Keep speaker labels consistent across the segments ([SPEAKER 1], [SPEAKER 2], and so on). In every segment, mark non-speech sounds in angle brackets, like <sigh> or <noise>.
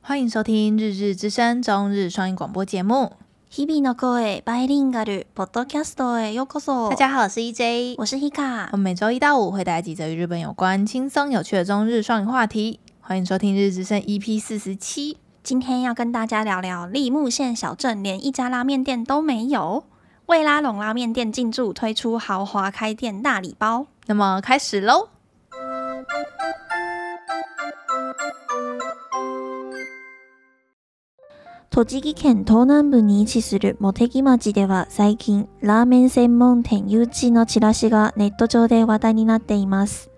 [SPEAKER 1] 欢迎收听《日日之声》中日双语广播节目。
[SPEAKER 2] 日々の声バイリンガルポッドキャストへようこそ。
[SPEAKER 1] 大家好，我是 EJ，
[SPEAKER 2] 我是 Hika
[SPEAKER 1] 我。们每周一到五会带来几则与日本有关、轻松有趣的中日双语话题。欢迎收听《日日之声》EP 四十七。
[SPEAKER 2] 今天要跟大家聊聊立木县小镇连一家拉面店都没有，味拉拢拉面店进驻推出豪华开店大礼包。
[SPEAKER 1] 那么开始喽。
[SPEAKER 2] 栃木県東南部に位置する茂木町では最近、ラーメン専門店誘致のチラシがネット上で話題になっています。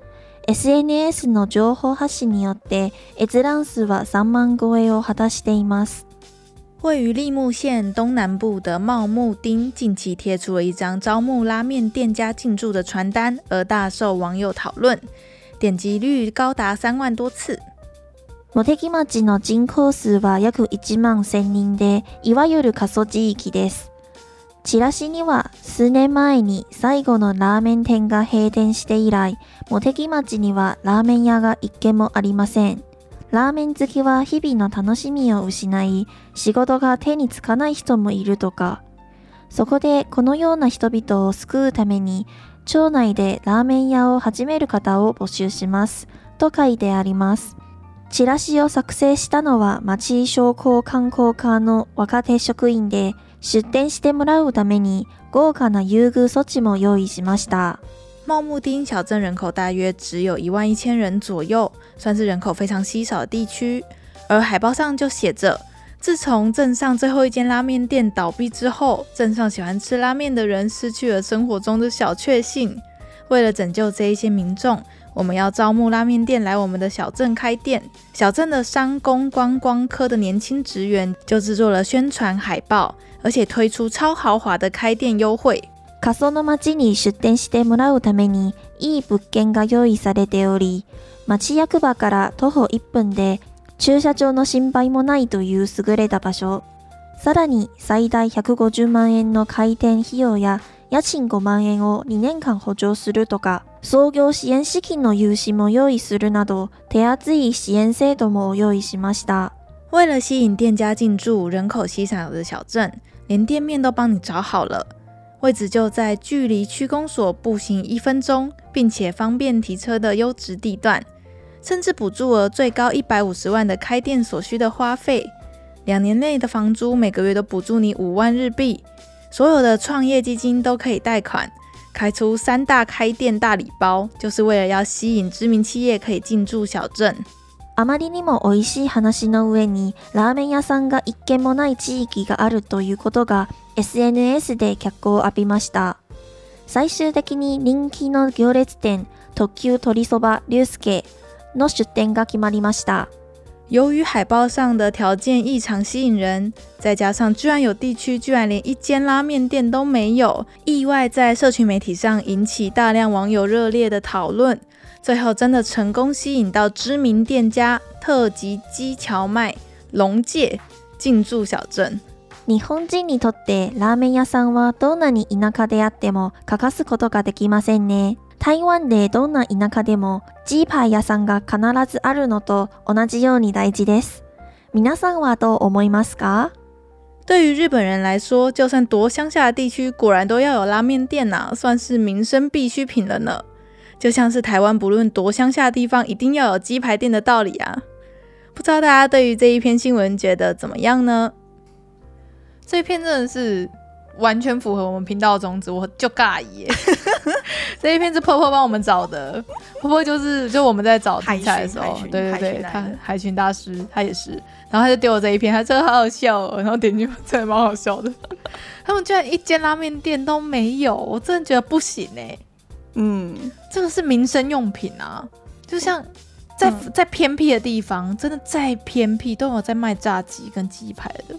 [SPEAKER 2] SNS の情報発信によって、閲覧数は3万超えを果たしています。
[SPEAKER 1] 位于立木县东南部的茂木町，近期贴出了一张招募拉面店家进驻的传单，而大受网友讨论，点击率高达三万多次。
[SPEAKER 2] 茂木町の人口数は約1万1000人で、いわゆる過疎地域です。チラシには数年前に最後のラーメン店が閉店して以来、茂木町にはラーメン屋が一軒もありません。ラーメン好きは日々の楽しみを失い、仕事が手につかない人もいるとか。そこでこのような人々を救うために、町内でラーメン屋を始める方を募集します。と書いてあります。チラシを作成したのは町商工観光課の若手職員で、出店してもらうために豪華な優遇措置も用意しました。
[SPEAKER 1] 茂木町小镇人口大约只有一万一千人左右，算是人口非常稀少的地区。而海报上就写着：“自从镇上最后一间拉面店倒闭之后，镇上喜欢吃拉面的人失去了生活中的小确幸。为了拯救这一些民众，我们要招募拉面店来我们的小镇开店。”小镇的商工观光科的年轻职员就制作了宣传海报，而且推出超豪华的开店优惠，
[SPEAKER 2] 仮想の町に出店してもらうためにいい物件が用意されており、町役場から徒歩1分で駐車場の心配もないという優れた場所。さらに最大150万円の開店費用や家賃5万円を2年間補助するとか、創業支援資金の融資も用意するなど、手厚い支援制度も用意しました。
[SPEAKER 1] 为了吸引店家进驻人口稀少的小镇，连店面都帮你找好了，位置就在距离区公所步行一分钟，并且方便提车的优质地段，甚至补助额最高一百五十万的开店所需的花费，两年内的房租每个月都补助你五万日币，所有的创业基金都可以贷款，开出三大开店大礼包，就是为了要吸引知名企业可以进驻小镇。
[SPEAKER 2] あまりにも美味しい話の上にラーメン屋さんが一軒もない地域があるということが SNS で脚光を浴びました。最終的に人気の行列店特急鶏そば龍介の出店が決まりました。
[SPEAKER 1] 由于海报上的条件异常吸引人，再加上居然有地区居然连一间拉面店都没有，意外在社群媒体上引起大量网友热烈的讨论，最后真的成功吸引到知名店家特级鸡荞麦、龙介进驻小镇。
[SPEAKER 2] 日本人にとってラーメン屋さんはどんなに田舎であっても欠かすことができませんね。台湾でどんな田舎でもジーパー屋さんが必ずあるのと同じように大事です。皆さんはどう思いますか
[SPEAKER 1] 对于日本人来说，就算多乡下的地区，果然都要有拉面店呐、算是民生必需品了呢。就像是台湾不论多乡下的地方，一定要有鸡排店的道理啊。不知道大家对于这一篇新闻觉得怎么样呢？
[SPEAKER 3] 这篇真的是完全符合我们频道的宗旨，我就尬耶。 <laughs> 这一篇是婆婆帮我们找的，婆婆就是就我们在找题材的时
[SPEAKER 1] 海
[SPEAKER 3] 候
[SPEAKER 1] 巡，
[SPEAKER 3] 对
[SPEAKER 1] 海
[SPEAKER 3] 对
[SPEAKER 1] 巡
[SPEAKER 3] 对，
[SPEAKER 1] 来
[SPEAKER 3] 他
[SPEAKER 1] 的
[SPEAKER 3] 海巡大师他也是，然后他就丢了这一篇，他这个好好笑、哦，然后点进去真的蛮好笑的。 <laughs> 他们居然一间拉面店都没有，我真的觉得不行哎、
[SPEAKER 1] 嗯，
[SPEAKER 3] 这个是民生用品啊，就像在、在偏僻的地方，真的再偏僻都有在卖炸鸡跟鸡排的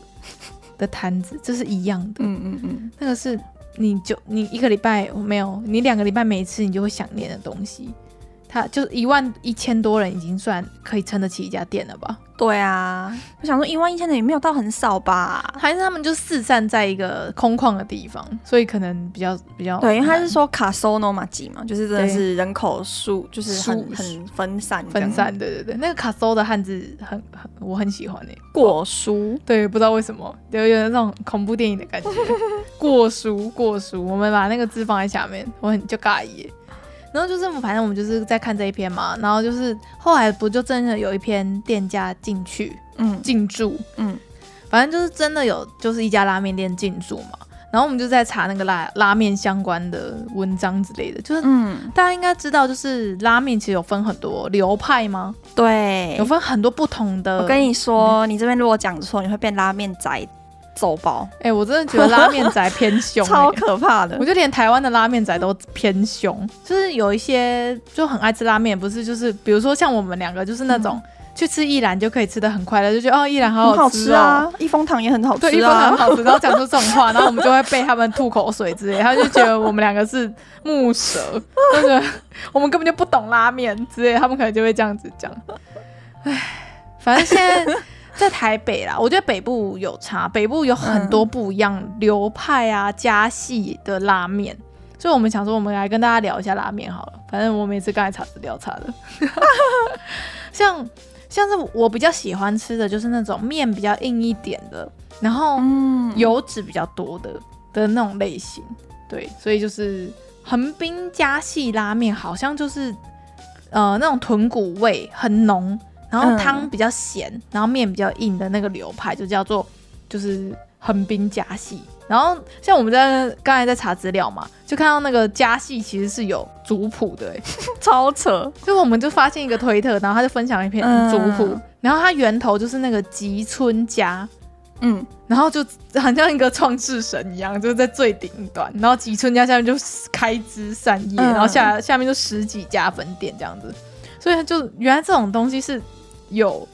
[SPEAKER 3] 的摊子，这是一样 <laughs> 的。
[SPEAKER 1] 嗯嗯嗯，
[SPEAKER 3] 那个是你就你一个礼拜没有，你两个礼拜没吃，你就会想念的东西。
[SPEAKER 1] 他就一万一千多人已经算可以撑得起一家店了吧？
[SPEAKER 3] 对啊，我想说一万一千的也没有到很少吧？
[SPEAKER 1] 还是他们就四散在一个空旷的地方，所以可能比较比较
[SPEAKER 3] 对，因为他是
[SPEAKER 1] 难
[SPEAKER 3] 说卡索诺马吉嘛，就是真的
[SPEAKER 1] 对
[SPEAKER 3] 是人口数就是很
[SPEAKER 1] 数
[SPEAKER 3] 很分散这样
[SPEAKER 1] 分散，对对对，那个卡搜的汉字很很我很喜欢诶、
[SPEAKER 3] 过书。
[SPEAKER 1] 对，不知道为什么，有有点那种恐怖电影的
[SPEAKER 3] <laughs>
[SPEAKER 1] 感觉。过书过书，我们把那个字放在下面，我很就尬意耶。欸然后就是，反正我们就是在看这一篇嘛，然后就是后来不就真的有一篇店家进去
[SPEAKER 3] 嗯
[SPEAKER 1] 进驻，
[SPEAKER 3] 嗯，
[SPEAKER 1] 反正就是真的有就是一家拉面店进驻嘛。然后我们就在查那个拉拉面相关的文章之类的，就是
[SPEAKER 3] 嗯，
[SPEAKER 1] 大家应该知道，就是拉面其实有分很多流派吗？
[SPEAKER 3] 对
[SPEAKER 1] 有。分很多不同的。
[SPEAKER 3] 我跟你说，你这边如果讲错，你会变拉面仔走包，
[SPEAKER 1] 哎、我真的觉得拉面宅
[SPEAKER 3] <laughs>
[SPEAKER 1] 偏凶、欸，
[SPEAKER 3] 超可怕的
[SPEAKER 1] 我。就连台湾的拉面仔都偏凶，就是有一些就很爱吃拉面，不是就是比如说像我们两个就是那种、去吃一兰就可以吃的很快乐，就觉得哦一兰好
[SPEAKER 3] 嗯很好
[SPEAKER 1] 吃
[SPEAKER 3] 吃
[SPEAKER 1] 哦。
[SPEAKER 3] 啊，一风堂也很好吃
[SPEAKER 1] 对，一般很
[SPEAKER 3] 啊。
[SPEAKER 1] 好吃，然后讲出这种话，然后我们就会被他们吐口水之类，他就觉得我们两个是木蛇，就觉得我们根本就不懂拉面之类，他们可能就会这样子讲。唉，反正现在在台北啦，我觉得北部有差，北部有很多不一样流派啊、家系的拉面，所以我们想说，我们来跟大家聊一下拉面好了。反正我们也是刚才查资料查的， <laughs> 像。像是我比较喜欢吃的就是那种面比较硬一点的，然后
[SPEAKER 3] 嗯，
[SPEAKER 1] 油脂比较多的的那种类型。对，所以就是横滨加系拉面，好像就是呃那种豚骨味很浓，然后
[SPEAKER 3] 嗯
[SPEAKER 1] 汤比较咸，然后面比较硬的那个流派，就叫做就是横滨加系。然后像我们在刚才在查资料嘛，就看到那个加系其实是有族谱的、欸，
[SPEAKER 3] 超扯。
[SPEAKER 1] 就我们就发现一个推特，然后他就分享了一篇
[SPEAKER 3] 嗯
[SPEAKER 1] 族谱，然后它源头就是那个吉村家，
[SPEAKER 3] 嗯，
[SPEAKER 1] 然后就很像一个创世神一样，就是在最顶端，然后吉村家下面就开枝散叶，
[SPEAKER 3] 嗯
[SPEAKER 1] 然后下下面就十几家分店这样子，所以就原来这种东西是有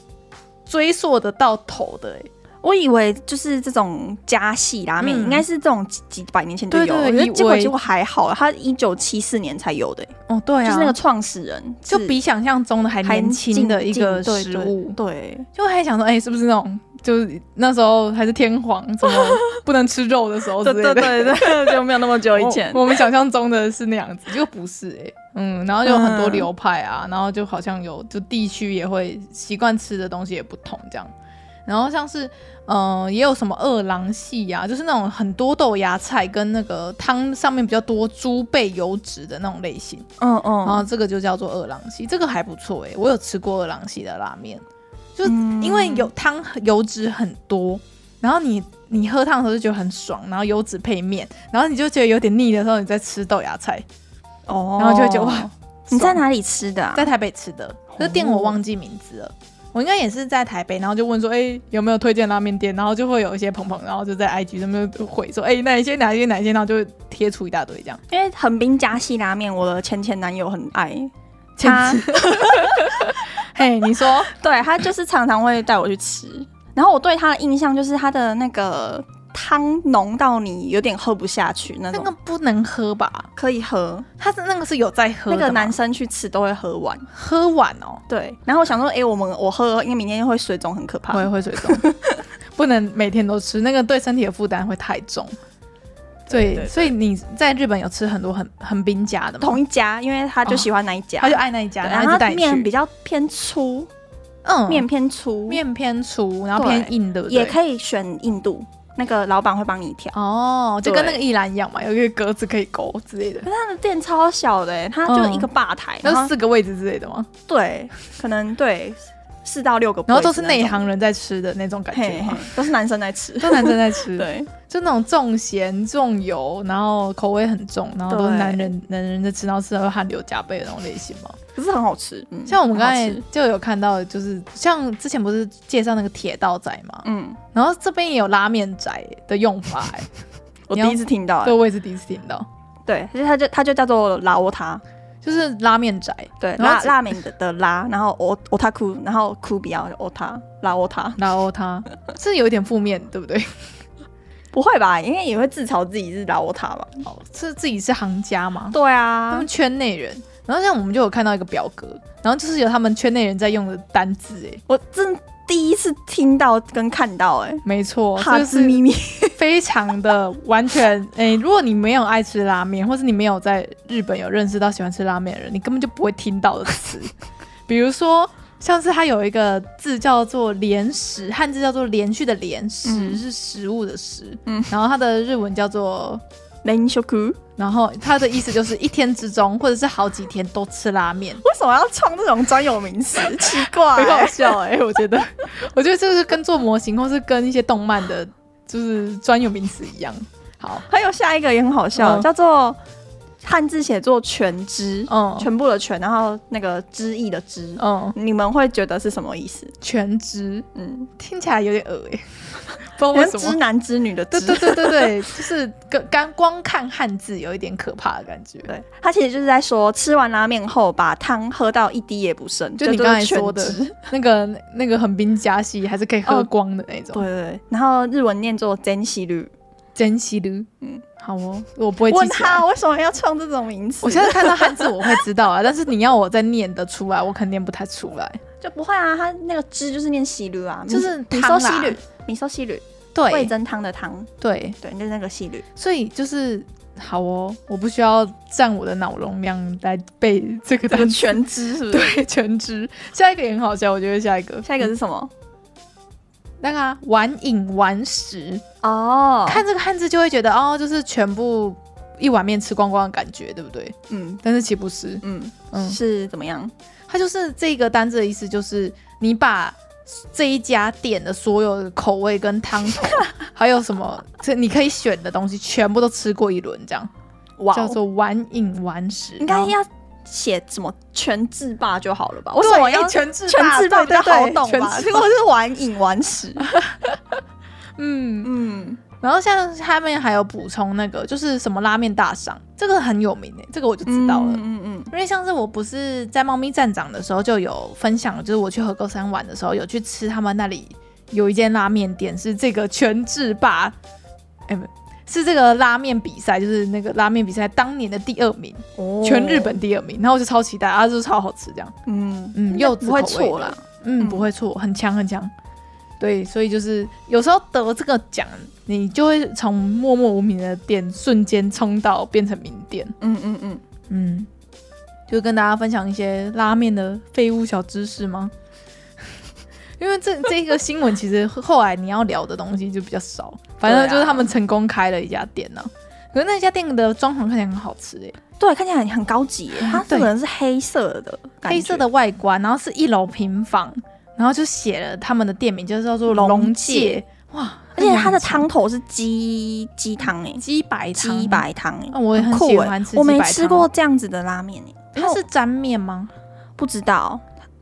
[SPEAKER 1] 追溯得到头的、欸，
[SPEAKER 3] 我以为就是这种家系拉面，
[SPEAKER 1] 嗯
[SPEAKER 3] 应该是这种几几百年前就
[SPEAKER 1] 对
[SPEAKER 3] 有，
[SPEAKER 1] 对
[SPEAKER 3] 我觉
[SPEAKER 1] 以
[SPEAKER 3] 得
[SPEAKER 1] 为
[SPEAKER 3] 结果结果还好，它一九七四年才有的、
[SPEAKER 1] 哦，对
[SPEAKER 3] 就是那个创始人
[SPEAKER 1] 就是比想象中的还
[SPEAKER 3] 还
[SPEAKER 1] 年轻的一个
[SPEAKER 3] 近
[SPEAKER 1] 食物，
[SPEAKER 3] 对对对
[SPEAKER 1] 就还想说，哎、是不是那种就是那时候还是天皇怎
[SPEAKER 3] <laughs>
[SPEAKER 1] 么不能吃肉的时候之类的，
[SPEAKER 3] 对对 <laughs> 对，就没有那么久以前
[SPEAKER 1] 我。我们想象中的是那样子，就不是哎、嗯，然后就有很多流派啊，然后就好像有就地区也会习惯吃的东西也不同这样，然后像是嗯、呃也有什么二郎系呀、啊，就是那种很多豆芽菜跟那个汤上面比较多猪背油脂的那种类型，
[SPEAKER 3] 嗯
[SPEAKER 1] 然后
[SPEAKER 3] 嗯，
[SPEAKER 1] 这个就叫做二郎系，这个还不错哎、我有吃过二郎系的拉面，就
[SPEAKER 3] 嗯
[SPEAKER 1] 因为有汤油脂很多，然后你你喝汤的时候就觉得很爽，然后油脂配面，然后你就觉得有点腻的时候，你再吃豆芽菜，
[SPEAKER 3] 哦
[SPEAKER 1] 然后就会觉得哇，
[SPEAKER 3] 你在
[SPEAKER 1] 爽
[SPEAKER 3] 哪哦里吃的啊？
[SPEAKER 1] 在台北吃的，这店我忘记名字了。我应该也是在台北，然后就问说，哎、有没有推荐拉面店？然后就会有一些朋朋，然后就在 IG 上面回说，哎、哪一些哪一些哪一些，然后就会贴出一大堆这样。
[SPEAKER 3] 因为横滨家系拉面，我的前前男友很爱，
[SPEAKER 1] <laughs> 他，嘿，你说，
[SPEAKER 3] <laughs> 对他就是常常会带我去吃。然后我对他的印象就是他的那个汤浓到你有点喝不下去
[SPEAKER 1] <laughs>
[SPEAKER 3] 那
[SPEAKER 1] 那
[SPEAKER 3] 种，
[SPEAKER 1] 个不能喝吧？
[SPEAKER 3] 可以喝，
[SPEAKER 1] 他是那个是有在喝
[SPEAKER 3] 那
[SPEAKER 1] 的吗，
[SPEAKER 3] 个男生去吃都会喝完。
[SPEAKER 1] 喝完哦，
[SPEAKER 3] 对，然后我想说，哎、我们我喝，因为明天会水肿，很可怕
[SPEAKER 1] 我。也会水
[SPEAKER 3] <laughs>
[SPEAKER 1] 肿，不能每天都吃，那个对身体的负担会太重。对，
[SPEAKER 3] 对
[SPEAKER 1] 所以你在日本有吃很多很很冰家的吗？
[SPEAKER 3] 同一家，因为他就喜欢那一家，
[SPEAKER 1] 他就爱那一家，
[SPEAKER 3] 对
[SPEAKER 1] 然后一
[SPEAKER 3] 然后
[SPEAKER 1] 直
[SPEAKER 3] 他
[SPEAKER 1] 带你
[SPEAKER 3] 面比
[SPEAKER 1] 去。
[SPEAKER 3] 较偏粗，
[SPEAKER 1] 嗯，
[SPEAKER 3] 面偏粗，
[SPEAKER 1] 面偏粗，然后偏
[SPEAKER 3] 对
[SPEAKER 1] 硬，对不对？
[SPEAKER 3] 也可以选印度，那个老板会帮你调。
[SPEAKER 1] 哦，就跟那
[SPEAKER 3] 对
[SPEAKER 1] 个一兰一样嘛，有一个格子可以勾之类的
[SPEAKER 3] 可，是他的店超小的、欸，他就一个吧台，然
[SPEAKER 1] 那
[SPEAKER 3] 后
[SPEAKER 1] 四个位置之类的吗？
[SPEAKER 3] 对，可能对四到六个，
[SPEAKER 1] 然后都是内行，人在吃的那种感觉
[SPEAKER 3] 嘿
[SPEAKER 1] 嘛
[SPEAKER 3] 嘿，都是男生在吃。
[SPEAKER 1] 都男生在吃，
[SPEAKER 3] <laughs> 对，
[SPEAKER 1] 就那种重咸重油，然后口味很重，然后都是
[SPEAKER 3] 对
[SPEAKER 1] 男人男人在吃，然后吃到汗流浃背的那种类型嘛。
[SPEAKER 3] 可是很好吃，嗯，
[SPEAKER 1] 像我们刚才
[SPEAKER 3] 很好吃
[SPEAKER 1] 就有看到，就是像之前不是介绍那个铁道仔嘛，
[SPEAKER 3] 嗯，
[SPEAKER 1] 然后这边也有拉面仔的用法、欸，
[SPEAKER 3] <laughs> 我
[SPEAKER 1] 你
[SPEAKER 3] 第
[SPEAKER 1] 要
[SPEAKER 3] 一次听到、
[SPEAKER 1] 对
[SPEAKER 3] 欸，
[SPEAKER 1] 我也是第一次听到，
[SPEAKER 3] 对，就是它就它就叫做拉沃塔，
[SPEAKER 1] 就是拉面仔，
[SPEAKER 3] 对，
[SPEAKER 1] 然后
[SPEAKER 3] 拉
[SPEAKER 1] 这
[SPEAKER 3] 拉面的的拉，然后我我他哭，然后哭比较我他拉我他，
[SPEAKER 1] 然后它是有一点负面，对不 <laughs> 对？
[SPEAKER 3] 不会吧？因为也会自嘲自己是拉我他吧？
[SPEAKER 1] 哦，是自己是行家嘛，
[SPEAKER 3] 对
[SPEAKER 1] 他
[SPEAKER 3] 啊
[SPEAKER 1] 们，圈内人，然后像我们就有看到一个表格，然后就是有他们圈内人在用的单字，哎，
[SPEAKER 3] 我真第一次听到跟看到、欸，
[SPEAKER 1] 没错，
[SPEAKER 3] 哎，
[SPEAKER 1] 这
[SPEAKER 3] 哈
[SPEAKER 1] 就
[SPEAKER 3] 兹
[SPEAKER 1] 是
[SPEAKER 3] 咪咪， <laughs>
[SPEAKER 1] 非常的完全， <laughs> 哎，如果你没有爱吃拉面，或是你没有在日本有认识到喜欢吃拉面的人，你根本就不会听到的词，比如说。像是它有一个字叫做“连食”，汉字叫做“连续”的“连”，食
[SPEAKER 3] 嗯
[SPEAKER 1] 是食物的“食”，
[SPEAKER 3] 嗯
[SPEAKER 1] 然后它的日文叫做
[SPEAKER 3] 连修库，为
[SPEAKER 1] 然后他的意思就是一天之中，或者是好几天都吃拉
[SPEAKER 3] <laughs>
[SPEAKER 1] 面，
[SPEAKER 3] 什么要创这种专有
[SPEAKER 1] <laughs>
[SPEAKER 3] 名词？奇怪、
[SPEAKER 1] 很好
[SPEAKER 3] 欸，
[SPEAKER 1] 笑哎、我觉得， <laughs> 我觉得这是跟做模型或是跟一些动漫的，就是专有名词一样。好，
[SPEAKER 3] 还有下一个也很好笑，
[SPEAKER 1] 嗯
[SPEAKER 3] 叫做汉字写作“全知”，
[SPEAKER 1] 嗯
[SPEAKER 3] 全部的“全”，然后那个“知意”的“知”，
[SPEAKER 1] 嗯，
[SPEAKER 3] 你们会觉得是什么意思？
[SPEAKER 1] 全职
[SPEAKER 3] 嗯，
[SPEAKER 1] 听起来有点恶哎、
[SPEAKER 3] <laughs>
[SPEAKER 1] 不知道为
[SPEAKER 3] 跟
[SPEAKER 1] 什
[SPEAKER 3] 知
[SPEAKER 1] 么。
[SPEAKER 3] 男知女的“知
[SPEAKER 1] 对对”，对对对， <laughs> 就是跟刚光看汉字有一点可怕的感觉。
[SPEAKER 3] 对，他其实就是在说，吃完拉面后把汤喝到一滴也不剩，
[SPEAKER 1] 就你
[SPEAKER 3] 这
[SPEAKER 1] 刚才
[SPEAKER 3] 是全
[SPEAKER 1] 说的
[SPEAKER 3] 汁
[SPEAKER 1] <laughs> 那个那个横滨加西还是可以喝
[SPEAKER 3] 哦
[SPEAKER 1] 光的那种。
[SPEAKER 3] 对对对，然后日文念作“珍惜率
[SPEAKER 1] 珍惜的，嗯
[SPEAKER 3] 嗯，
[SPEAKER 1] 好哦，我不会”。记
[SPEAKER 3] 问
[SPEAKER 1] 起来。
[SPEAKER 3] 号，为什么要创这种名词？
[SPEAKER 1] 我现在看到汉字我会知道啊，但是你要我再念得出来，我肯定念不太出
[SPEAKER 3] <laughs>
[SPEAKER 1] 来。
[SPEAKER 3] 就不会啊，他那个“汁”就是念“西率”啊，
[SPEAKER 1] 就是
[SPEAKER 3] 米
[SPEAKER 1] 汤
[SPEAKER 3] 寿
[SPEAKER 1] 啦
[SPEAKER 3] 西率，米寿西率，味
[SPEAKER 1] 对
[SPEAKER 3] 增汤的汤，
[SPEAKER 1] 对，
[SPEAKER 3] 对，就是那个西
[SPEAKER 1] <laughs>
[SPEAKER 3] 率。
[SPEAKER 1] 所以就是好哦，我不需要占我的脑容量来背这个单词，
[SPEAKER 3] 全汁是不是？
[SPEAKER 1] 对全知。下一个也很好笑，我觉得下一个嗯
[SPEAKER 3] 下一个是什么？
[SPEAKER 1] 那个啊，玩饮玩食，
[SPEAKER 3] 哦，
[SPEAKER 1] 看这个汉字就会觉得哦，就是全部一碗面吃光光的感觉，对不对？
[SPEAKER 3] 嗯
[SPEAKER 1] 但是岂不是？
[SPEAKER 3] 嗯
[SPEAKER 1] 嗯
[SPEAKER 3] 是怎么样？
[SPEAKER 1] 它就是这个单字的意思，就是你把这一家店的所有的口味跟汤
[SPEAKER 3] <laughs>
[SPEAKER 1] 头，还有什么这你可以选的东西，全部都吃过一轮，这样
[SPEAKER 3] 哇哦
[SPEAKER 1] 叫做玩饮玩食。
[SPEAKER 3] 应该
[SPEAKER 1] 然后
[SPEAKER 3] 要写什么全制霸就好了吧？为什么
[SPEAKER 1] 对
[SPEAKER 3] 要
[SPEAKER 1] 哎全制
[SPEAKER 3] 全制霸
[SPEAKER 1] 霸
[SPEAKER 3] 比较好懂吧？
[SPEAKER 1] 全制
[SPEAKER 3] 如 <laughs> 果是玩饮玩食，
[SPEAKER 1] 嗯。
[SPEAKER 3] 嗯，
[SPEAKER 1] 然后像他们还有补充那个，就是什么拉面大赏，这个很有名诶、欸这个我就知道了。
[SPEAKER 3] 嗯嗯
[SPEAKER 1] 因为像是我不是在猫咪站长的时候就有分享，就是我去和歌山玩的时候有去吃他们那里有一间拉面店，是这个全智霸，哎不是这个拉面比赛，就是那个拉面比赛当年的第二名，
[SPEAKER 3] 嗯
[SPEAKER 1] 全日，本第二名，然后我就超期待，啊，就是超好吃这样，
[SPEAKER 3] 嗯
[SPEAKER 1] 嗯，
[SPEAKER 3] 又
[SPEAKER 1] 柚子
[SPEAKER 3] 不会
[SPEAKER 1] 口味
[SPEAKER 3] 错
[SPEAKER 1] 的
[SPEAKER 3] 啦，
[SPEAKER 1] 嗯，
[SPEAKER 3] 嗯
[SPEAKER 1] 不会错，很强很强。对，所以就是有时候得这个奖，你就会从默默无名的店瞬间冲到变成名店。
[SPEAKER 3] 嗯嗯嗯，
[SPEAKER 1] 嗯，就跟大家分享一些拉面的废物小知识吗？ <laughs> 因为这这个新闻其实后来你要聊的东西就比较少，反
[SPEAKER 3] 啊
[SPEAKER 1] 正就是他们成功开了一家店呢、啊可是那家店的装潢看起来很好吃欸诶、
[SPEAKER 3] 对，看起来很很高级耶，它
[SPEAKER 1] 对
[SPEAKER 3] 这可能是黑色的感觉，
[SPEAKER 1] 黑色的外观，然后是一楼平房，然后就写了他们的店名，就叫做
[SPEAKER 3] 龙
[SPEAKER 1] 龙
[SPEAKER 3] 介
[SPEAKER 1] 界。哇，
[SPEAKER 3] 而且它
[SPEAKER 1] 看
[SPEAKER 3] 的
[SPEAKER 1] 起来很
[SPEAKER 3] 汤头是鸡鸡汤哎
[SPEAKER 1] 强，鸡白汤
[SPEAKER 3] 鸡，白汤哎
[SPEAKER 1] 啊，我也很
[SPEAKER 3] 酷
[SPEAKER 1] 喜
[SPEAKER 3] 哎
[SPEAKER 1] 欢吃鸡白汤
[SPEAKER 3] 我没吃过这样子的拉面哎，
[SPEAKER 1] 它是沾面吗？
[SPEAKER 3] 不知道，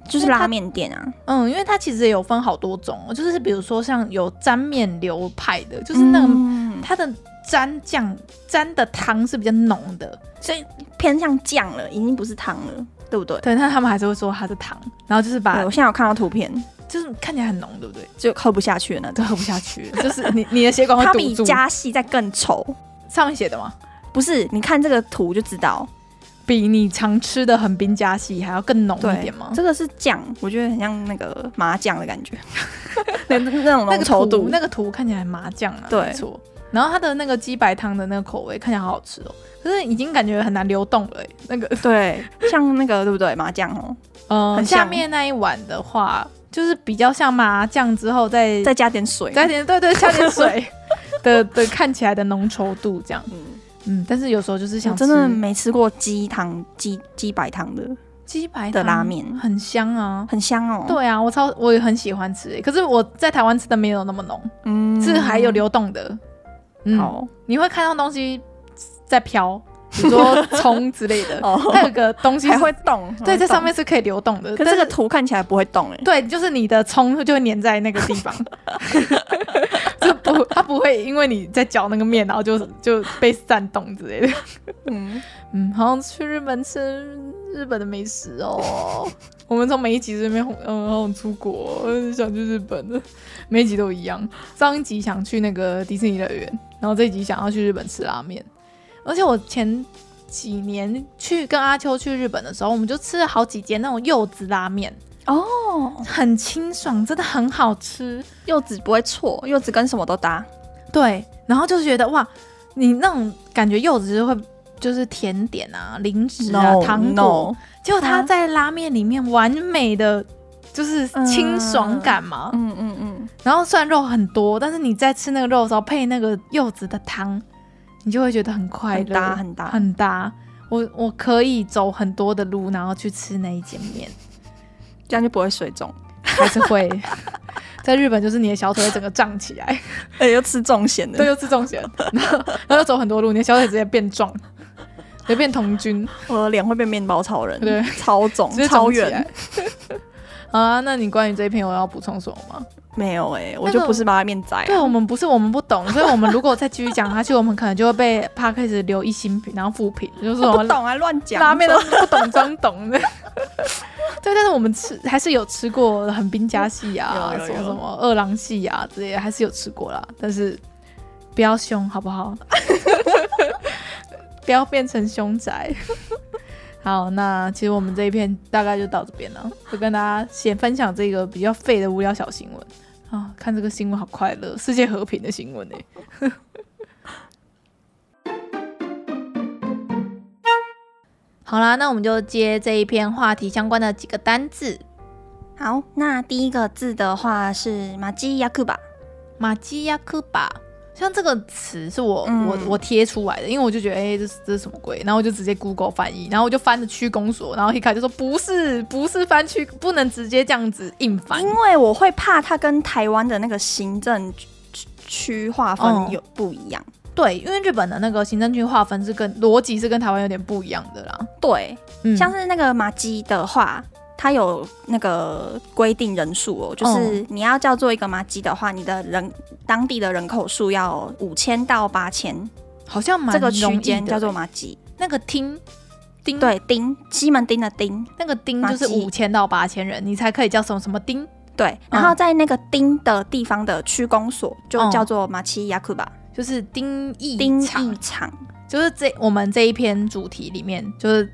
[SPEAKER 3] 就是拉面店啊，
[SPEAKER 1] 嗯，因为它其实也有分好多种哦，就是比如说像有沾面流派的，就是那个、
[SPEAKER 3] 嗯
[SPEAKER 1] 它的沾酱沾的汤是比较浓的，
[SPEAKER 3] 所以偏向酱了，已经不是汤了，对不对？
[SPEAKER 1] 对，但他们还是会说它是汤，然后就是把
[SPEAKER 3] 对，我现在有看到图片，
[SPEAKER 1] 就是看起来很浓，对不对？
[SPEAKER 3] 就喝不下去了那
[SPEAKER 1] 都
[SPEAKER 3] 种。
[SPEAKER 1] 喝不下去，就是你你的血管
[SPEAKER 3] <laughs> 它
[SPEAKER 1] 会
[SPEAKER 3] 比
[SPEAKER 1] 堵住。
[SPEAKER 3] 加戏再更丑，
[SPEAKER 1] 上面写的吗？
[SPEAKER 3] 不是？你看这个图就知道，
[SPEAKER 1] 比你常吃的横滨加西还要更浓一点吗？
[SPEAKER 3] 这个是酱，我觉得很像那个麻酱的感觉， <laughs> 那那种
[SPEAKER 1] 那个
[SPEAKER 3] 浓稠
[SPEAKER 1] 图
[SPEAKER 3] 度，
[SPEAKER 1] 那个图看起来很麻酱啊，
[SPEAKER 3] 对
[SPEAKER 1] 没错。然后它的那个鸡白汤的那个口味看起来好好吃哦，可是已经感觉很难流动了欸。那个
[SPEAKER 3] 对，像那个对不对？麻酱哦，
[SPEAKER 1] <laughs> 嗯，
[SPEAKER 3] 很
[SPEAKER 1] 下
[SPEAKER 3] 像
[SPEAKER 1] 面那一碗的话，就是比较像麻酱之后再
[SPEAKER 3] 再加点水，
[SPEAKER 1] 加点，对对，加点 <laughs> 水的的看起来的浓稠度这样。
[SPEAKER 3] 嗯，
[SPEAKER 1] 嗯，但是有时候就是想
[SPEAKER 3] 我
[SPEAKER 1] 吃
[SPEAKER 3] 真的没吃过鸡汤鸡鸡白汤的，
[SPEAKER 1] 鸡白
[SPEAKER 3] 的
[SPEAKER 1] 汤
[SPEAKER 3] 拉面
[SPEAKER 1] 很香啊。
[SPEAKER 3] 很香哦。，
[SPEAKER 1] 对啊，我超我也很喜欢吃欸，可是我在台湾吃的没有那么浓，
[SPEAKER 3] 嗯
[SPEAKER 1] 是还有流动的。嗯，
[SPEAKER 3] 好
[SPEAKER 1] 你会看到东西在飘，比如
[SPEAKER 3] <laughs>
[SPEAKER 1] 说葱之类的，
[SPEAKER 3] 哦，
[SPEAKER 1] 它有个东西是
[SPEAKER 3] 还会动，
[SPEAKER 1] 嗯对，
[SPEAKER 3] 还会
[SPEAKER 1] 在
[SPEAKER 3] 动
[SPEAKER 1] 上面。是可以流动的，
[SPEAKER 3] 可
[SPEAKER 1] 但
[SPEAKER 3] 这
[SPEAKER 1] 是
[SPEAKER 3] 个图看起来不会动哎，
[SPEAKER 1] 对，就是你的葱就会粘在那个地
[SPEAKER 3] <laughs>
[SPEAKER 1] 方，这不，它不会因为你在搅那个面，然后就就被煽动之类的。
[SPEAKER 3] 嗯，
[SPEAKER 1] 嗯，好像去日本吃日本的美食哦。 <laughs> 我们从每一集这边，嗯，好想出国，嗯想去日本的，每一集都一样。嗯呃上一集想去那个迪士尼乐园，然后这一集想要去日本吃拉面。而且我前几年去跟阿秋去日本的时候，我们就吃了好几间那种柚子拉面，
[SPEAKER 3] 哦，
[SPEAKER 1] 很清爽，真的很好吃。
[SPEAKER 3] 柚子不会错，柚子跟什么都搭。
[SPEAKER 1] 对，然后就是觉得哇，你那种感觉柚子就会就是甜点啊、零食啊、糖果
[SPEAKER 3] no，
[SPEAKER 1] 结果它
[SPEAKER 3] 啊
[SPEAKER 1] 在拉面里面完美的就是清爽感嘛。
[SPEAKER 3] 嗯嗯嗯，
[SPEAKER 1] 然后虽然肉很多，但是你在吃那个肉的时候配那个柚子的汤，你就会觉得很快乐，
[SPEAKER 3] 很搭很搭
[SPEAKER 1] 很搭。我我可以走很多的路，然后去吃那一间面，
[SPEAKER 3] 这样就不会水肿。
[SPEAKER 1] 还是
[SPEAKER 3] <laughs>
[SPEAKER 1] 会在日本，就是你的小腿会整个胀起来，
[SPEAKER 3] 哎，又吃重咸
[SPEAKER 1] 对，
[SPEAKER 3] 的，
[SPEAKER 1] 又吃重险，然后然后又走很多路，你的小腿直接变壮，直接变童军，
[SPEAKER 3] 我的脸会变面包超人，
[SPEAKER 1] 对，
[SPEAKER 3] 超肿
[SPEAKER 1] 直接，
[SPEAKER 3] 哦超
[SPEAKER 1] 肿起来
[SPEAKER 3] 圆。。
[SPEAKER 1] <laughs> 好啊，那你关于这一篇我要补充什么吗？
[SPEAKER 3] 没有哎，我
[SPEAKER 1] 那
[SPEAKER 3] 就
[SPEAKER 1] 个
[SPEAKER 3] 不是拉面仔啊。
[SPEAKER 1] 对我们不是我们不懂，所以我们如果再继续讲下去，我们可能就会被 p a c k a g e 留一星评，然后负评，就是
[SPEAKER 3] <laughs> 我
[SPEAKER 1] 我
[SPEAKER 3] 不
[SPEAKER 1] 们
[SPEAKER 3] 懂啊，乱讲。
[SPEAKER 1] 拉面都不懂装懂的。 <laughs> 对，但是我们吃还是有吃过横滨家系啊，
[SPEAKER 3] 有有有
[SPEAKER 1] 什么什么二郎系啊之类的，还是有吃过啦。但是不要凶好不好？ <laughs> 不要变成凶宅。 <laughs> 好，那其实我们这一篇大概就到这边了，就跟大家先分享这个比较废的无聊小新闻啊。看这个新闻好快乐，世界和平的新闻呢、欸好啦，那我们就接这一篇话题相关的几个单字。
[SPEAKER 3] 好，那第一个字的话是马基亚克吧，
[SPEAKER 1] 马基亚克吧，像这个词是我、
[SPEAKER 3] 嗯
[SPEAKER 1] 我我贴出来的，因为我就觉得哎、这是这是什么鬼？然后我就直接 Google 翻译，然后我就翻了区公所，然后 Hika 就说不是不是翻区，不能直接这样子硬翻。
[SPEAKER 3] 因为我会怕它跟台湾的那个行政区区划分
[SPEAKER 1] 嗯
[SPEAKER 3] 有不一样。
[SPEAKER 1] 对，因为日本的那个行政区划分是跟逻辑是跟台湾有点不一样的啦。
[SPEAKER 3] 对，
[SPEAKER 1] 嗯，
[SPEAKER 3] 像是那个马基的话，它有那个规定人数
[SPEAKER 1] 嗯
[SPEAKER 3] 哦，就是你要叫做一个马基的话，你的人当地的人口数要五千到八千
[SPEAKER 1] 好像蛮
[SPEAKER 3] 这个
[SPEAKER 1] 容
[SPEAKER 3] 区
[SPEAKER 1] 易
[SPEAKER 3] 间
[SPEAKER 1] 的
[SPEAKER 3] 叫做
[SPEAKER 1] 欸
[SPEAKER 3] 马基。
[SPEAKER 1] 那个町町，
[SPEAKER 3] 对，丁西门町的丁，
[SPEAKER 1] 那个町就是
[SPEAKER 3] 马基
[SPEAKER 1] 五千到八千人，你才可以叫什么什么町。
[SPEAKER 3] 对，然后在那个丁的地方的区公所就
[SPEAKER 1] 嗯
[SPEAKER 3] 叫做马基亚库吧，
[SPEAKER 1] 就是丁义
[SPEAKER 3] 丁
[SPEAKER 1] 场
[SPEAKER 3] 义场。
[SPEAKER 1] 就是这我们这一篇主题里面，就是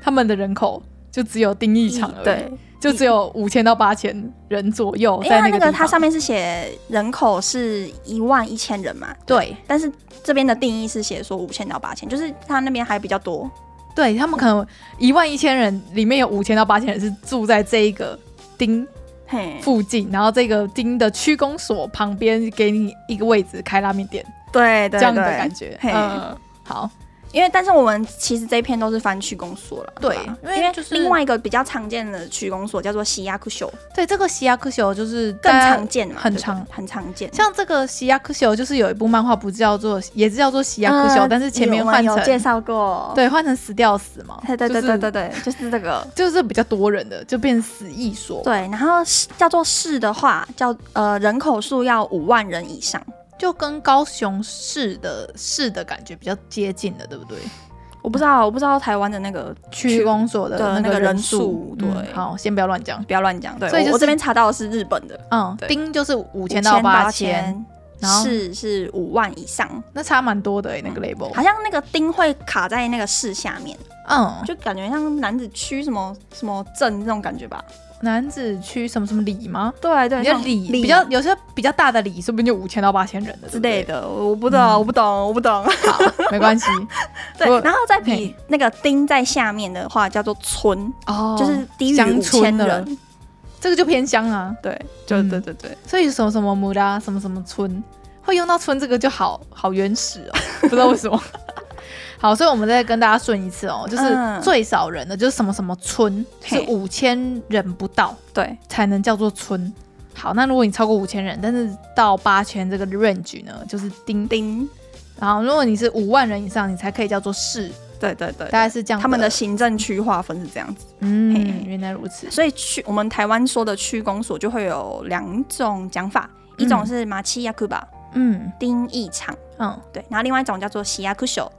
[SPEAKER 1] 他们的人口就只有定义场而已，
[SPEAKER 3] 对，，
[SPEAKER 1] 就只有五千到八千人左右
[SPEAKER 3] 因为
[SPEAKER 1] 在
[SPEAKER 3] 它
[SPEAKER 1] 那
[SPEAKER 3] 那
[SPEAKER 1] 个地
[SPEAKER 3] 个它
[SPEAKER 1] 方
[SPEAKER 3] 上面是写人口是一万一千人嘛，
[SPEAKER 1] 对
[SPEAKER 3] 但是这边的定义是写说五千到八千，就是它那边还比较多。
[SPEAKER 1] 对，他们可能一万一千人里面有五千到八千人是住在这一个丁
[SPEAKER 3] 嘿，
[SPEAKER 1] 附近，然后这个丁的区公所旁边给你一个位置开拉面店
[SPEAKER 3] 对对
[SPEAKER 1] 这样的感
[SPEAKER 3] 对，
[SPEAKER 1] 觉，
[SPEAKER 3] 嘿
[SPEAKER 1] 嗯，好，
[SPEAKER 3] 因为但是我们其实这一篇都是翻区公所了，
[SPEAKER 1] 对
[SPEAKER 3] 吧
[SPEAKER 1] 因
[SPEAKER 3] 因
[SPEAKER 1] 为
[SPEAKER 3] 为
[SPEAKER 1] 就是
[SPEAKER 3] 另外一个比较常见的区公所叫做西亚库秀，
[SPEAKER 1] 对，这个西亚克修就是
[SPEAKER 3] 更
[SPEAKER 1] 大家
[SPEAKER 3] 常见嘛，
[SPEAKER 1] 很
[SPEAKER 3] 对不对
[SPEAKER 1] 常
[SPEAKER 3] 很常见。
[SPEAKER 1] 像这个西亚克修，就是有一部漫画不是叫做，也是叫做西亚克修，
[SPEAKER 3] 嗯
[SPEAKER 1] 但是前面
[SPEAKER 3] 有我
[SPEAKER 1] 换
[SPEAKER 3] 们
[SPEAKER 1] 成
[SPEAKER 3] 有介绍过，
[SPEAKER 1] 对，换成死掉死嘛。
[SPEAKER 3] 哦对对
[SPEAKER 1] 哦
[SPEAKER 3] 对对
[SPEAKER 1] 就
[SPEAKER 3] 对
[SPEAKER 1] 是
[SPEAKER 3] 对，就是
[SPEAKER 1] <laughs>
[SPEAKER 3] 这个。
[SPEAKER 1] 就是比较多人的，就变死一说，
[SPEAKER 3] 对，然后市叫做市的话，叫呃人口数要五万人以上，
[SPEAKER 1] 就跟高雄市的市的感觉比较接近的，对不对？
[SPEAKER 3] 我不知道我不知道台湾的那个
[SPEAKER 1] 区公所的
[SPEAKER 3] 的
[SPEAKER 1] 那
[SPEAKER 3] 那
[SPEAKER 1] 个
[SPEAKER 3] 个人
[SPEAKER 1] 数
[SPEAKER 3] 数，
[SPEAKER 1] 嗯
[SPEAKER 3] 对
[SPEAKER 1] 好，先不要乱讲。
[SPEAKER 3] 不要乱讲，对
[SPEAKER 1] 所以
[SPEAKER 3] 我
[SPEAKER 1] 就是
[SPEAKER 3] 我这边查到的是日本的
[SPEAKER 1] 嗯，
[SPEAKER 3] 对
[SPEAKER 1] 丁就是五千
[SPEAKER 3] 千
[SPEAKER 1] 到
[SPEAKER 3] 八
[SPEAKER 1] 千，
[SPEAKER 3] 千，
[SPEAKER 1] 然后
[SPEAKER 3] 市是嗯五万以上，
[SPEAKER 1] 那差蛮多的欸那个 label
[SPEAKER 3] 好。像那个丁会卡在那个市下面，
[SPEAKER 1] 嗯，
[SPEAKER 3] 就感觉像男子区什么什么镇那种感觉吧。
[SPEAKER 1] 男子区什么什么里吗？
[SPEAKER 3] 对对，
[SPEAKER 1] 比较
[SPEAKER 3] 像
[SPEAKER 1] 里，比较有些比较大的里，说不定就五千到八千人的
[SPEAKER 3] 之类
[SPEAKER 1] 的。
[SPEAKER 3] 的，我不懂，
[SPEAKER 1] 嗯
[SPEAKER 3] 我不懂，我不懂。 <laughs>
[SPEAKER 1] 好，没关系。
[SPEAKER 3] 对
[SPEAKER 1] 我，
[SPEAKER 3] 然后再
[SPEAKER 1] 嘿
[SPEAKER 3] 比那个丁在下面的话叫做村，
[SPEAKER 1] <laughs> 哦
[SPEAKER 3] 就是低于
[SPEAKER 1] 乡
[SPEAKER 3] 五
[SPEAKER 1] 村
[SPEAKER 3] 千
[SPEAKER 1] 的
[SPEAKER 3] 人。
[SPEAKER 1] 这个就偏乡啊。
[SPEAKER 3] 对，就
[SPEAKER 1] 嗯
[SPEAKER 3] 对对对，
[SPEAKER 1] 所以什么什么母啦，什么什么村，会用到村这个就好好原始哦， <laughs> 不知道为什
[SPEAKER 3] <laughs>
[SPEAKER 1] 么。好，所以我们再跟大家顺一次哦，就是
[SPEAKER 3] 嗯
[SPEAKER 1] 最少人的就是什么什么村，是
[SPEAKER 3] 嘿
[SPEAKER 1] 五千人不到
[SPEAKER 3] 对，
[SPEAKER 1] 才能叫做村。好，那如果你超过五千人，但是到八千这个 range 呢，就是丁。
[SPEAKER 3] 丁，
[SPEAKER 1] 然后如果你是五万人以上，你才可以叫做市，
[SPEAKER 3] 对对对
[SPEAKER 1] 大，概是这样。
[SPEAKER 3] 他们的行政区划分是这样子，嘿
[SPEAKER 1] 嗯，
[SPEAKER 3] 嘿
[SPEAKER 1] 原来如此。
[SPEAKER 3] 所以区我们台湾说的区公所就会有两种讲法，一种是马七亚库巴
[SPEAKER 1] 嗯
[SPEAKER 3] 丁义场，
[SPEAKER 1] 嗯，
[SPEAKER 3] 对，然后另外一种叫做西亚库秀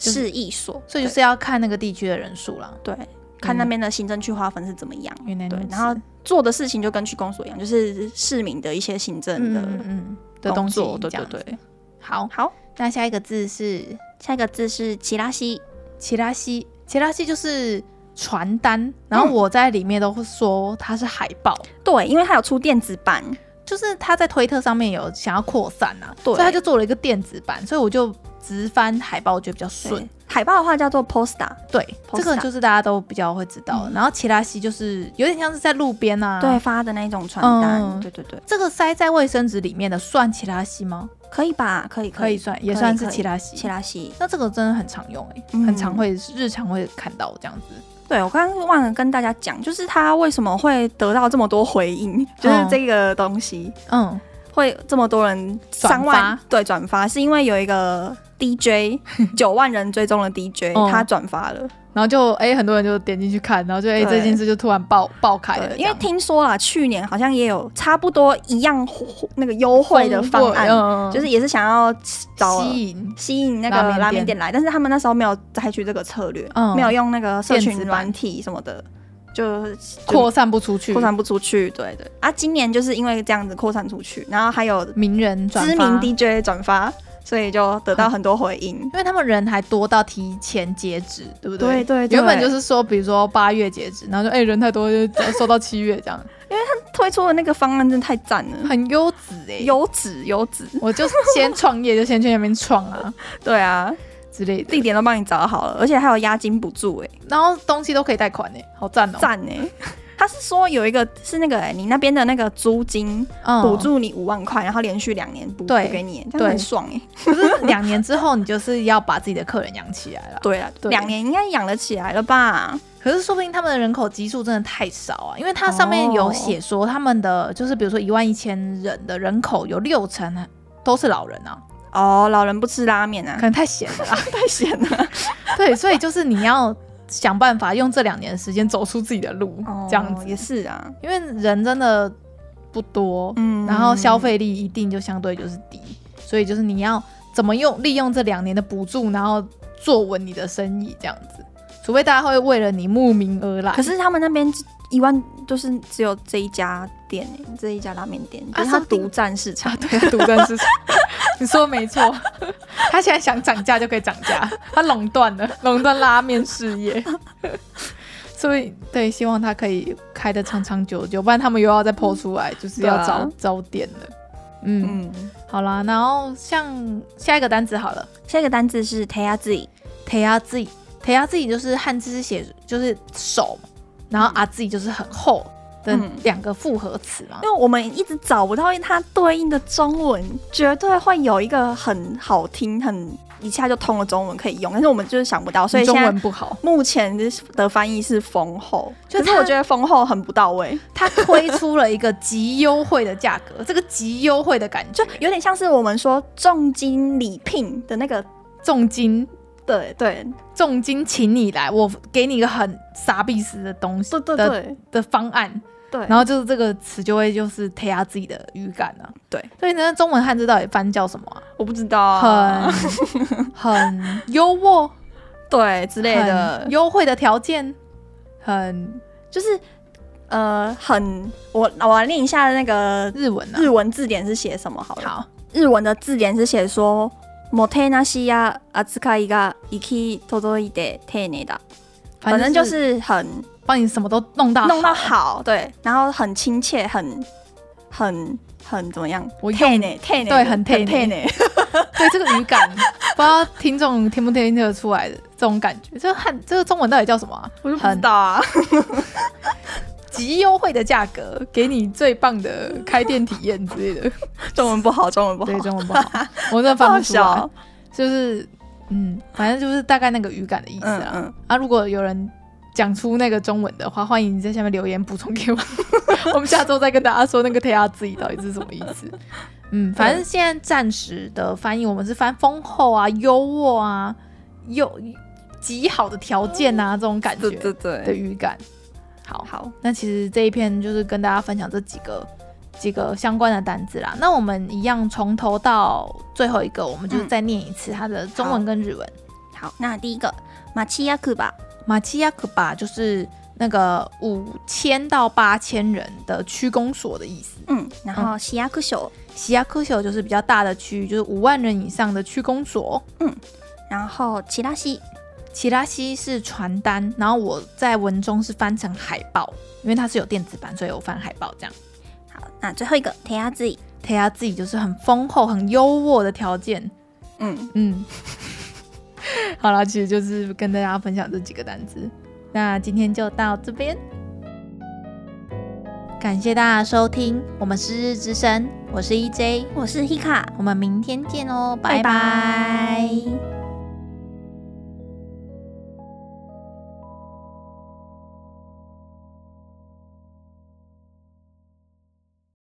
[SPEAKER 1] 就是
[SPEAKER 3] 市义所，
[SPEAKER 1] 所以就是嗯要看那个地区的人数啦。
[SPEAKER 3] 对，对看那边的行政区划分是怎么样。
[SPEAKER 1] 原来如
[SPEAKER 3] 对
[SPEAKER 1] 此。，
[SPEAKER 3] 然后做的事情就跟区公所一样，就是市民的一些行政的
[SPEAKER 1] 嗯嗯嗯的东
[SPEAKER 3] 工
[SPEAKER 1] 西
[SPEAKER 3] 作，对
[SPEAKER 1] 这
[SPEAKER 3] 对
[SPEAKER 1] 样
[SPEAKER 3] 对。
[SPEAKER 1] 好，
[SPEAKER 3] 好，
[SPEAKER 1] 那下一个字是
[SPEAKER 3] 下一个字是奇拉西，
[SPEAKER 1] 奇拉西，奇拉西就是传单，然
[SPEAKER 3] 嗯
[SPEAKER 1] 后我在里面都会说它是海报，
[SPEAKER 3] 对，因为它有出电子版，
[SPEAKER 1] 就是他在推特上面有想要扩散啊，所
[SPEAKER 3] 对
[SPEAKER 1] 以他就做了一个电子版，所以我就直翻海报，我觉得比较顺
[SPEAKER 3] 对。，啊海报的话叫做 poster，
[SPEAKER 1] 对，
[SPEAKER 3] Posta
[SPEAKER 1] 这个就是大家都比较会知道的。然后奇拉西就是有点像是在路边啊，
[SPEAKER 3] 嗯对，，发的那种传单，
[SPEAKER 1] 嗯
[SPEAKER 3] 对对对，
[SPEAKER 1] 这个塞在卫生纸里面的算奇拉西吗？
[SPEAKER 3] 可以吧？可以
[SPEAKER 1] 可以算，也算是奇拉西。
[SPEAKER 3] 切拉西。
[SPEAKER 1] 那这个真的很常用哎、
[SPEAKER 3] 嗯
[SPEAKER 1] 很常会日常会看到这样子。
[SPEAKER 3] 对我刚刚忘了跟大家讲，就是他为什么会得到这么多回应，嗯就是这个东西
[SPEAKER 1] 嗯，
[SPEAKER 3] 会这么多人
[SPEAKER 1] 转
[SPEAKER 3] 三万
[SPEAKER 1] 发
[SPEAKER 3] 对转发，是因为有一个 <laughs> DJ 九万人追踪的 DJ
[SPEAKER 1] 哦
[SPEAKER 3] 他转发了，
[SPEAKER 4] 然后就哎、很多人就点进去看，然后就哎、
[SPEAKER 3] 对
[SPEAKER 4] 这件事就突然爆爆开了
[SPEAKER 3] 对，
[SPEAKER 4] 这
[SPEAKER 3] 哎因为
[SPEAKER 4] 样，
[SPEAKER 3] 听说啦，去年好像也有差不多一样那个优惠的方案，
[SPEAKER 4] 嗯
[SPEAKER 3] 就是也是想要找
[SPEAKER 4] 吸引
[SPEAKER 3] 吸引那
[SPEAKER 4] 拉
[SPEAKER 3] 个
[SPEAKER 4] 面
[SPEAKER 3] 拉面
[SPEAKER 4] 店
[SPEAKER 3] 店来，但是他们那时候没有采取这个策略，
[SPEAKER 1] 嗯
[SPEAKER 3] 没有用那个社
[SPEAKER 1] 电子
[SPEAKER 3] 群
[SPEAKER 1] 版
[SPEAKER 3] 软体什么的，就
[SPEAKER 4] 扩散不出去，
[SPEAKER 3] 扩散不出去。对对啊，今年就是因为这样子扩散出去，然后还有
[SPEAKER 1] 名人转
[SPEAKER 3] 知名
[SPEAKER 1] 发，因
[SPEAKER 3] DJ 转发，所以就得到很多回应。
[SPEAKER 1] 为他们人还多到提前截止，对不对？
[SPEAKER 3] 对对对
[SPEAKER 4] 原本就是说，比如说八月截止，然后就哎、人太多，就收到七月这样，
[SPEAKER 3] 推出的那个方案真的太赞了，
[SPEAKER 1] <laughs> 很优质哎、
[SPEAKER 3] 优质优质。
[SPEAKER 4] 我就先创业，就先去那边创
[SPEAKER 1] <laughs>
[SPEAKER 4] 啊
[SPEAKER 3] 对啊，
[SPEAKER 4] 之类的，
[SPEAKER 3] 地点都帮你找好了，而且还有押金补助哎、
[SPEAKER 4] 然后东西都可以贷款哎、好赞哦、
[SPEAKER 3] 赞哎、他是说有一个是那个、欸、你那边的那个租金
[SPEAKER 1] 嗯
[SPEAKER 3] 补助你五万块，然后连续两年补补
[SPEAKER 1] 对
[SPEAKER 3] 给你欸，这样很
[SPEAKER 1] 对
[SPEAKER 3] 爽哎、
[SPEAKER 1] 可是两年之后，你就是要把自己的客人养起来了。
[SPEAKER 3] 对啊，
[SPEAKER 1] 对
[SPEAKER 3] 两年应该养得起来了吧？
[SPEAKER 1] 可是说不定他们的人口基数真的太少啊，因为它上面有写说他们
[SPEAKER 3] 哦
[SPEAKER 1] 的就是比如说一万一千人的人口有六成都是老人啊，
[SPEAKER 3] 哦，老人不吃拉面啊
[SPEAKER 1] 可，能太闲了啦。
[SPEAKER 3] <laughs> 太咸了。
[SPEAKER 1] 对，所以就是你要想办法用这两年的时间走出自己的路，这样子，
[SPEAKER 3] 哦也是啊，
[SPEAKER 1] 因为人真的不多，
[SPEAKER 3] 嗯
[SPEAKER 1] 然后消费力一定就相对就是低，所以就是你要怎么用利用这两年的补助，然后做稳你的生意这样子，除非大家会为了你慕名而来。
[SPEAKER 3] 可是他们那边一万就是只有这一家店欸，这一家拉面店，
[SPEAKER 1] 啊
[SPEAKER 3] 就是啊它
[SPEAKER 1] 说不定
[SPEAKER 3] 独占市场。
[SPEAKER 4] 啊对，独占市场，你说没错， <laughs> 他现在想涨价就可以涨价，他垄断了，垄断拉面事业。 <laughs> 所以，对，希望他可以开的长长久久，不然他们又要再抛出来，就是要
[SPEAKER 3] 对
[SPEAKER 4] 找、
[SPEAKER 3] 啊
[SPEAKER 4] 找点了。嗯，
[SPEAKER 3] 嗯，
[SPEAKER 1] 好啦，然后像下一个单词好了
[SPEAKER 3] 下一个单字是 t e a z i
[SPEAKER 1] ，te a z i t e a z i 就是汉字是写就是手嘛，然后 a z i 就是很厚的
[SPEAKER 3] 嗯
[SPEAKER 1] 两个复合词嘛。
[SPEAKER 3] 因为我们一直找不到它对应的中文，绝对会有一个很好听、很一下就通的中文可以用，但是我们就是想不到，所以现
[SPEAKER 4] 中文
[SPEAKER 3] 在
[SPEAKER 4] 不好，
[SPEAKER 3] 目前的翻译是丰厚，
[SPEAKER 1] 就
[SPEAKER 3] 可是
[SPEAKER 1] 它
[SPEAKER 3] 我觉得丰厚很不到位，
[SPEAKER 1] 它推出了一个极优惠的价格，这个极优惠的感觉
[SPEAKER 3] 就有点像是我们说重金礼聘的那个，
[SPEAKER 1] 重金
[SPEAKER 3] 对对
[SPEAKER 1] 重金请你来，我给你一个很傻逼死的东西
[SPEAKER 3] 对对
[SPEAKER 1] 的
[SPEAKER 3] 对
[SPEAKER 1] 的方案，
[SPEAKER 3] 对，
[SPEAKER 1] 然后就是这个词就会就是贴压自己的语感啊。
[SPEAKER 3] 对，
[SPEAKER 1] 所以呢，中文汉字到底翻叫什么啊、
[SPEAKER 3] 我不知道啊，
[SPEAKER 1] 很 <laughs> 很优渥
[SPEAKER 3] 对之类的
[SPEAKER 1] 很，优惠的条件，很
[SPEAKER 3] 就是呃很我我来念一下那个
[SPEAKER 1] 日文啊。
[SPEAKER 3] 日文字典是写什么好了。
[SPEAKER 1] 好，
[SPEAKER 3] 日文的字典是写说“もてなしや扱いが行き届いて丁寧だ”，反正就是很
[SPEAKER 1] 帮你什么都弄到
[SPEAKER 3] 弄到好，对，然后很亲切，很很很怎么样？
[SPEAKER 1] 我用
[SPEAKER 3] 丁寧丁寧
[SPEAKER 1] 对
[SPEAKER 3] 的
[SPEAKER 1] 很丁寧
[SPEAKER 3] 丁寧
[SPEAKER 1] 对这个语感，不知道听众听不听得出来的这种感觉。这个汉这个中文到底叫什么、啊？
[SPEAKER 3] 我就不知
[SPEAKER 1] 很
[SPEAKER 3] 道啊。 <laughs>
[SPEAKER 1] 极优惠的价格，给你最棒的开店体验之类的。
[SPEAKER 3] 中文不好，中文不
[SPEAKER 1] 对，
[SPEAKER 3] 好，
[SPEAKER 1] 中文不好，我真的翻
[SPEAKER 3] 好哦
[SPEAKER 1] 不出来
[SPEAKER 3] 笑。。
[SPEAKER 1] 就是嗯，反正就是大概那个语感的意思
[SPEAKER 3] 嗯
[SPEAKER 1] 啊。
[SPEAKER 3] 嗯，
[SPEAKER 1] 啊，如果有人讲出那个中文的话，欢迎你在下面留言补充给
[SPEAKER 3] <laughs>
[SPEAKER 1] 我，我们下周再跟大家说那个 t a 自己到底是什么意思。嗯，反正现在暂时的翻译，我们是翻丰厚啊、优渥啊、优极好的条件啊这种感
[SPEAKER 3] 对
[SPEAKER 1] 觉
[SPEAKER 3] 对
[SPEAKER 1] 的
[SPEAKER 3] 对，
[SPEAKER 1] 语感。好，
[SPEAKER 3] 好，
[SPEAKER 1] 那其实这一篇就是跟大家分享这几个几个相关的单字啦。那我们一样从头到最后一个，我们就是
[SPEAKER 3] 嗯
[SPEAKER 1] 再念一次它的中
[SPEAKER 3] 好
[SPEAKER 1] 文跟日文。
[SPEAKER 3] 好，那第一个马奇亚克吧，
[SPEAKER 1] 马奇亚克吧就是那个五千到八千人的区公所的意思。
[SPEAKER 3] 嗯，然后西亚克秀，
[SPEAKER 1] 西亚科秀就是比较大的区域，就是五万人以上的区公所。
[SPEAKER 3] 然后奇拉西，
[SPEAKER 1] 奇拉西是传单，然后我在文中是翻成海报，因为它是有电子版，所以我翻海报这样。
[SPEAKER 3] 好，那最后一个田鸭自己，
[SPEAKER 1] t e 自己就是很丰厚、很优渥的条件。
[SPEAKER 3] 嗯，
[SPEAKER 1] 嗯， <laughs> 好了，其实就是跟大家分享这几个单词。那今天就到这边，感谢大家收听，我们是日之声，我是 EJ，
[SPEAKER 3] 我是 Hika，
[SPEAKER 1] 我们明天见哦，拜
[SPEAKER 3] 拜
[SPEAKER 1] 拜
[SPEAKER 3] 拜